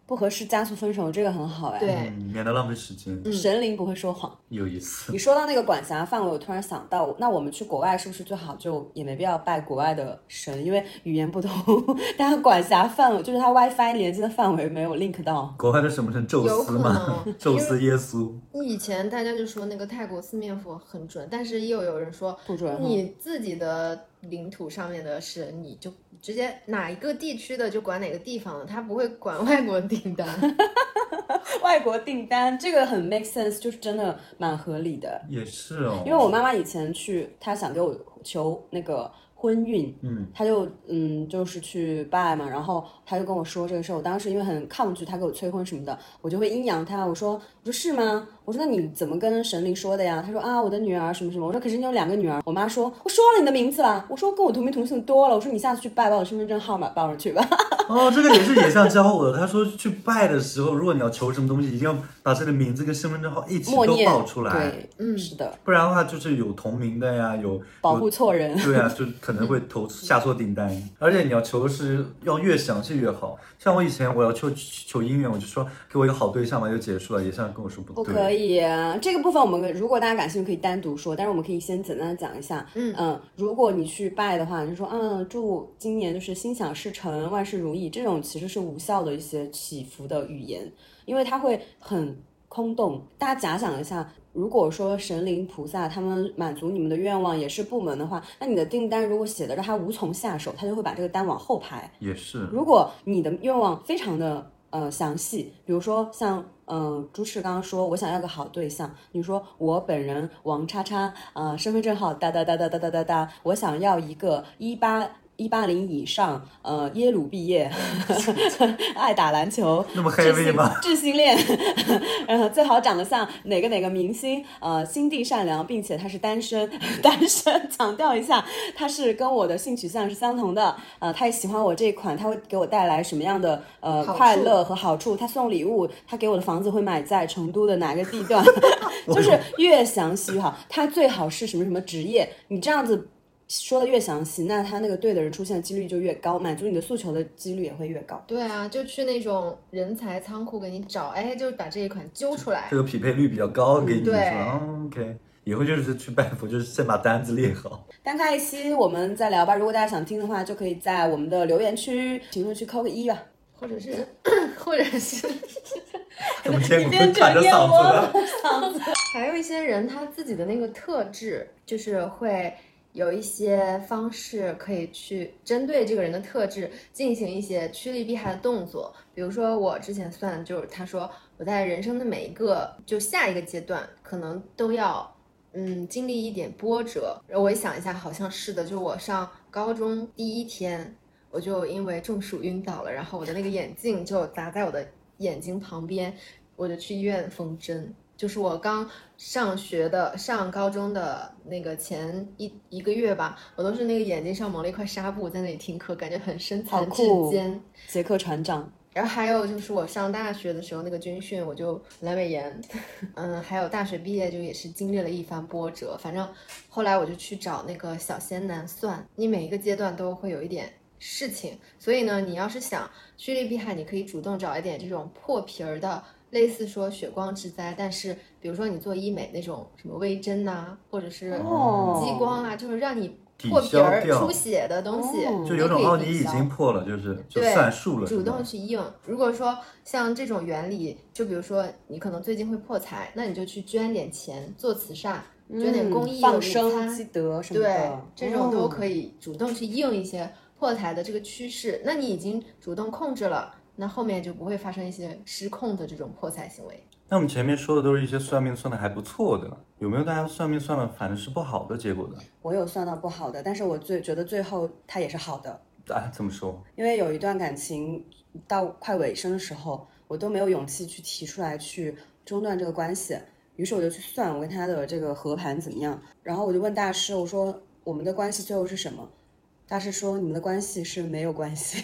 Speaker 1: 不合适加速分手，这个很好哎。
Speaker 3: 对
Speaker 2: 嗯，免得浪费时间。
Speaker 1: 神灵不会说谎。
Speaker 2: 有意思
Speaker 1: 你，说到那个管辖范围，我突然想到，那我们去国外是不是最好就也没必要拜国外的神，因为语言不通， 它管辖范围就是它 WiFi 连接的范围没有 link 到。
Speaker 2: 国外的什么神宙斯吗
Speaker 3: 有可能？
Speaker 2: 宙斯、耶稣，
Speaker 3: 以前大家就说那个泰国四面佛很准，但是又有人说
Speaker 1: 不准哈
Speaker 3: 你自己的领土上面的事，你就直接哪一个地区的就管哪个地方了，他不会管外国 订单。
Speaker 1: 外国订单这个很 make sense，就是真的蛮合理的。
Speaker 2: 也是哦。
Speaker 1: 因为我妈妈以前去，她想给我求那个婚运，
Speaker 2: 嗯，
Speaker 1: 她就嗯就是去拜嘛，然后她就跟我说这个事儿，我当时因为很抗拒她给我催婚什么的，我就会阴阳她，我说我说是吗？我说那你怎么跟神灵说的呀？她说啊我的女儿什么什么，我说可是你有两个女儿，我妈说我说了你的名字啦，我说跟我同名同姓多了，我说你下次去拜把我身份证号码报上去吧，
Speaker 2: 哦，这个也是野象教我的。他说去拜的时候，如果你要求什么东西，一定要把自己的名字跟身份证号一起
Speaker 1: 默
Speaker 2: 都
Speaker 1: 念
Speaker 2: 报出来，
Speaker 1: 对，嗯，是的，
Speaker 2: 不然的话就是有同名的呀，有
Speaker 1: 保护错人。
Speaker 2: 对 啊，就可能会投下错订单，而且你要求的是要越详细越好。像我以前我要求求姻缘，我就说给我一个好对象吧，就结束了。也像跟我说
Speaker 1: 不
Speaker 2: 不对，
Speaker 1: 可以、啊，这个部分我们如果大家感兴趣可以单独说，但是我们可以先简单的讲一下。嗯如果你去拜的话，你就说嗯，祝今年就是心想事成、万事如意，这种其实是无效的一些祈福的语言，因为它会很空洞。大家假想一下，如果说神灵菩萨他们满足你们的愿望也是部门的话，那你的订单如果写的让他无从下手，他就会把这个单往后排。
Speaker 2: 也是。
Speaker 1: 如果你的愿望非常的呃详细，比如说像呃朱赤刚刚说，我想要个好对象，你说我本人王叉叉，呃身份证号哒哒哒哒哒哒哒哒，我想要一个一八一八零以上，呃耶鲁毕业， 爱打篮球，
Speaker 2: 那么 heavy 吗
Speaker 1: 智性恋，然后最好长得像哪个哪个明星，呃，心地善良，并且他是单身， 单身强调一下，他是跟我的性取向是相同的，呃，他也喜欢我这一款，他会给我带来什么样的呃
Speaker 3: 好处
Speaker 1: 快乐和好处？他送礼物，他给我的房子会买在成都的哪个地段？ 就是越详细越好，他最好是什么什么职业，你这样子。说的越详细，那他那个对的人出现的几率就越高，满足你的诉求的几率也会越高。
Speaker 3: 对啊，就去那种人才仓库给你找，哎，就把这一款揪出来
Speaker 2: 这。个匹配率比较高，给你说、
Speaker 3: 嗯对
Speaker 2: 哦、OK。以后就是去拜佛，就是先把单子列 好。
Speaker 1: 单开一期我们再聊吧。如果大家想听的话，就可以在我们的留言区、评论区扣个一吧。
Speaker 3: 或者是， 或者是，
Speaker 2: 怎么结果卡着
Speaker 1: 咽
Speaker 2: 嗓子了？
Speaker 1: 嗓子。
Speaker 3: 还有一些人他自己的那个特质，就是会有一些方式可以去针对这个人的特质进行一些趋利避害的动作。比如说我之前算就是他说我在人生的每一个就下一个阶段可能都要。嗯，经历一点波折，我一想一下，好像是的。就我上高中第一天，我就因为中暑晕倒了，然后我的那个眼镜就砸在我的眼睛旁边，我就去医院缝针。就是我刚上学的上高中的那个前一一个月吧，我都是那个眼睛上蒙了一块纱布，在那里听课，感觉很身
Speaker 1: 好
Speaker 3: 残志
Speaker 1: 酷哦
Speaker 3: 坚。
Speaker 1: 杰克船长，
Speaker 3: 然后还有就是我上大学的时候那个军训，我就阑尾炎， 嗯，还有大学毕业就也是经历了一番波折。反正后来我就去找那个小仙男算，你每一个阶段都会有一点事情，所以呢，你要是想趋利避害，你可以主动找一点这种破皮儿的，类似说血光之灾，但是比如说你做医美那种什么微针呐、或者是
Speaker 1: 哦
Speaker 3: 激光啊，就是让你
Speaker 2: 抵
Speaker 3: 破皮
Speaker 2: 消
Speaker 3: 儿
Speaker 2: 掉
Speaker 3: 出血的东西
Speaker 1: 哦，
Speaker 2: 就有种
Speaker 3: 奥
Speaker 2: 哦，你已经破了，就是就
Speaker 3: 对
Speaker 2: 算数了，
Speaker 3: 主
Speaker 2: 是吧
Speaker 3: 动去应。如果说像这种原理，就比如说你可能最近会破财，那你就去捐点钱做慈善，捐点公益的
Speaker 1: 嗯放
Speaker 3: 午
Speaker 1: 生、
Speaker 3: 餐
Speaker 1: 积，德什么
Speaker 3: 对
Speaker 1: 的，，哦
Speaker 3: 这种都可
Speaker 1: 以。
Speaker 3: 以主动去应一些破财的这个趋势。那你已经主动控制了，那后面就不会发生一些失控的这种破财行为。
Speaker 2: 那我们前面说的都是一些算命算的还不错的，有没有大家算命算的反正是不好的结果的？
Speaker 1: 我有算到不好的，但是我最觉得最后它也是好的，
Speaker 2: 啊，怎么说？
Speaker 1: 因为有一段感情到快尾声的时候，我都没有勇气去提出来去中断这个关系。于是我就去算我跟他的这个合盘怎么样，然后我就问大师，我说我们的关系最后是什么？大师说你们的关系是没有关系。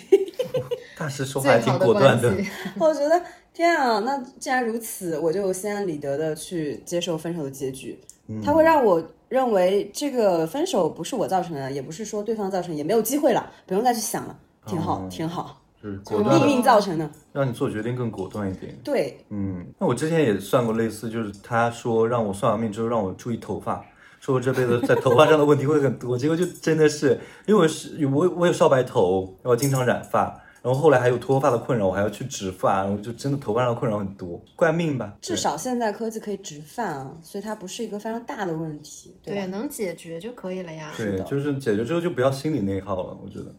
Speaker 2: 大师说话还
Speaker 3: 最
Speaker 2: 挺
Speaker 3: 好的
Speaker 2: 果断
Speaker 3: 关
Speaker 2: 的，
Speaker 3: 系，
Speaker 1: 我觉得天啊，那既然如此，我就心安理得的去接受分手的结局。
Speaker 2: 嗯
Speaker 1: 它会让我认为这个分手不是我造成的，也不是说对方造成的，也没有机会了，不用再去想了，挺好，
Speaker 2: 哦
Speaker 1: 挺好，
Speaker 2: 就是果断
Speaker 1: 命
Speaker 2: 的，
Speaker 1: 运造成的。
Speaker 2: 让你做决定更果断一点。
Speaker 1: 对，
Speaker 2: 嗯，那我之前也算过类似，就是他说让我算完命之后让我注意头发，说我这辈子在头发上的问题会很多，结果 就真的是，因为我是我我有少白头，然后经常染发，然后后来还有脱发的困扰，我还要去植发，然后就真的头发上的困扰很多，怪命吧？
Speaker 1: 至少现在科技可以直饭啊，所以它不是一个非常大的问题，对吧？啊
Speaker 3: 对，能解决就可以了呀。
Speaker 2: 对，就是解决之后就不要心理内耗了，我觉得。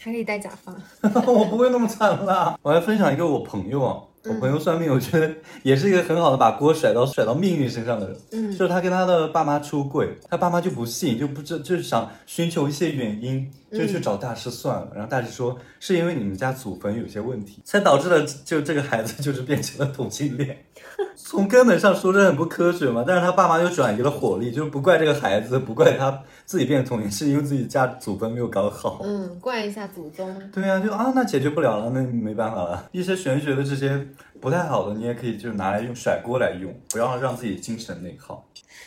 Speaker 3: 还可以戴假发，
Speaker 2: 我不会那么惨啦。我来分享一个我朋友啊，我朋友算命，我觉得也是一个很好的把锅甩到甩到命运身上的人。嗯，就是他跟他的爸妈出柜，他爸妈就不信，就不知就是想寻求一些原因，就去找大师算了。然后大师说是因为你们家祖坟有些问题，才导致了就这个孩子就是变成了同性恋。从根本上说这很不科学嘛，但是他爸妈就转移了火力，就是不怪这个孩子，不怪他自己变同性，是因为自己家祖坟没有搞好。
Speaker 3: 嗯，怪一下祖宗。
Speaker 2: 对呀、就啊，那解决不了了，那没办法了。一些玄学的这些不太好的，你也可以就是拿来用甩锅来用，不要让自己精神内耗。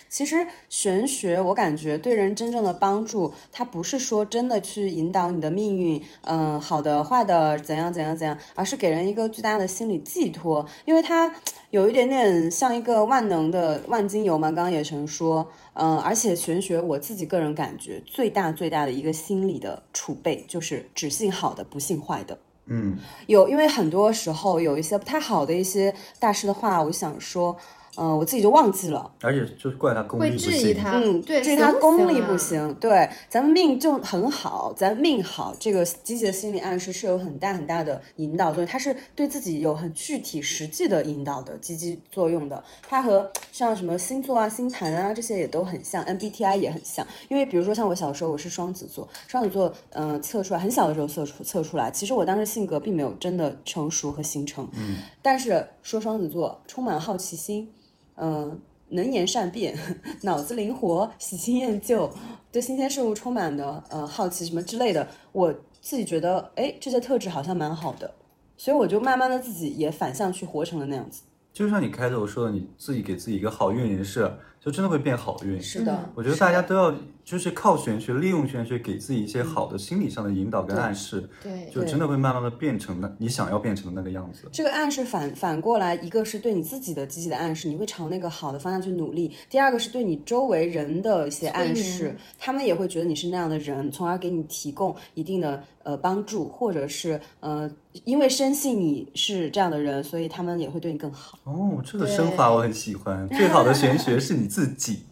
Speaker 1: 其实玄学，我感觉对人真正的帮助，它不是说真的去引导你的命运，嗯、好的、坏的，怎样怎样怎样，而是给人一个巨大的心理寄托，因为它有一点点像一个万能的万金油嘛。刚刚也曾说，嗯、而且玄学，我自己个人感觉最大最大的一个心理的储备，就是只信好的，不信坏的。
Speaker 2: 嗯，
Speaker 1: 有，因为很多时候有一些不太好的一些大师的话，我想说，呃，我自己就忘记了。
Speaker 2: 而且就是怪他功利
Speaker 3: 会
Speaker 2: 不
Speaker 3: 质疑
Speaker 2: 行。
Speaker 3: 他，
Speaker 1: 嗯，
Speaker 3: 对，
Speaker 1: 至于
Speaker 3: 行
Speaker 1: 他功力
Speaker 3: 啊
Speaker 1: 不。行，对，咱们命就很好，咱命好，这个积极的心理暗示是有很大很大的引导作用，它是对自己有很具体实际的引导的积极作用的。它和像什么星座啊、星盘啊这些也都很像，MBTI 也很像。因为比如说像我小时候我是双子座，双子座嗯、呃测出来很小的时候测出测出来，其实我当时性格并没有真的成熟和形成，嗯，但是说双子座充满好奇心，嗯、能言善辩，脑子灵活，喜新厌旧， 对新鲜事物充满的呃好奇什么之类的，我自己觉得哎这些特质好像蛮好的，所以我就慢慢的自己也反向去活成了那样子。
Speaker 2: 就像你开头说的，你自己给自己一个好运人设，就真的会变好运。
Speaker 1: 是的，
Speaker 2: 嗯我觉得大家都要就是靠玄学，利用玄学给自己一些好的心理上的引导跟暗示，
Speaker 3: 对，
Speaker 2: 就真的会慢慢的变成那你想要变成的那个样子。
Speaker 1: 这个暗示反反过来，一个是对你自己的积极的暗示，你会朝那个好的方向去努力；第二个是对你周围人的一些暗示
Speaker 3: 眠，
Speaker 1: 他们也会觉得你是那样的人，从而给你提供一定的呃帮助，或者是呃因为深信你是这样的人，所以他们也会对你更好。
Speaker 2: 哦，这个升华我很喜欢。最好的玄学是你自己，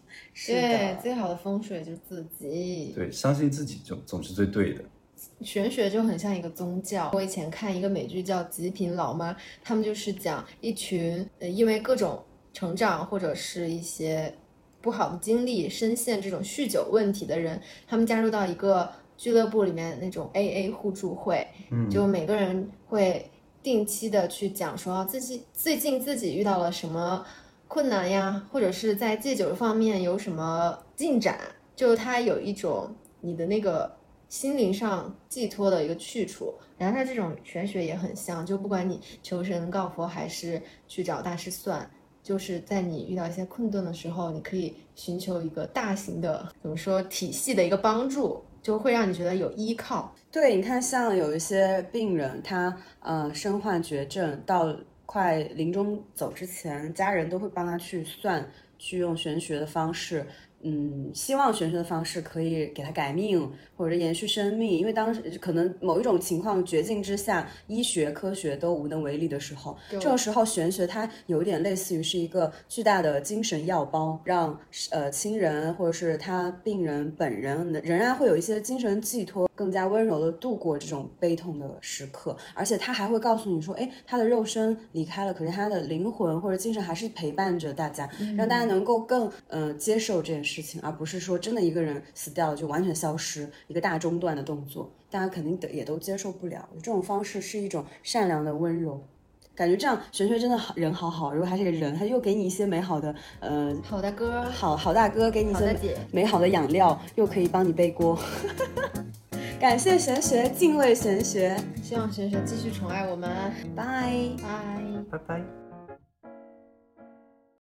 Speaker 3: 对，最好的风水就是自己。
Speaker 2: 对，相信自己就总是最对的。
Speaker 3: 玄学就很像一个宗教。我以前看一个美剧叫《极品老妈》，他们就是讲一群呃，因为各种成长或者是一些不好的经历，深陷这种酗酒问题的人，他们加入到一个俱乐部里面那种 AA 互助会，
Speaker 2: 嗯
Speaker 3: 就每个人会定期的去讲说自己最近自己遇到了什么困难呀，或者是在戒酒方面有什么进展，就它有一种你的那个心灵上寄托的一个去处。然后它这种玄学也很像，就不管你求神告佛还是去找大师算。就是在你遇到一些困顿的时候，你可以寻求一个大型的怎么说体系的一个帮助，就会让你觉得有依靠。
Speaker 1: 对，你看，像有一些病人，他呃身患绝症，到快临终走之前，家人都会帮他去算，去用玄学的方式，嗯，希望玄学的方式可以给他改命或者延续生命，因为当时可能某一种情况绝境之下，医学科学都无能为力的时候，这种时候玄学它有点类似于是一个巨大的精神药包，让呃亲人或者是他病人本人能仍然会有一些精神寄托，更加温柔的度过这种悲痛的时刻，而且他还会告诉你说，哎，他的肉身离开了，可是他的灵魂或者精神还是陪伴着大家，
Speaker 3: 嗯
Speaker 1: 让大家能够更呃接受这件事情，而不是说真的一个人死掉了就完全消失，一个大中断的动作，大家肯定得也都接受不了。这种方式是一种善良的温柔。感觉这样玄学真的好人好好，如果他是个人，他又给你一些美好的呃
Speaker 3: 好的歌，
Speaker 1: 好好大哥给你一
Speaker 3: 好大
Speaker 1: 些
Speaker 3: 姐
Speaker 1: 美好的养料，又可以帮你背锅。 感谢玄学，敬畏玄学，
Speaker 3: 希望玄学继续宠爱我们，啊
Speaker 1: 拜。
Speaker 3: 拜。
Speaker 2: 拜拜。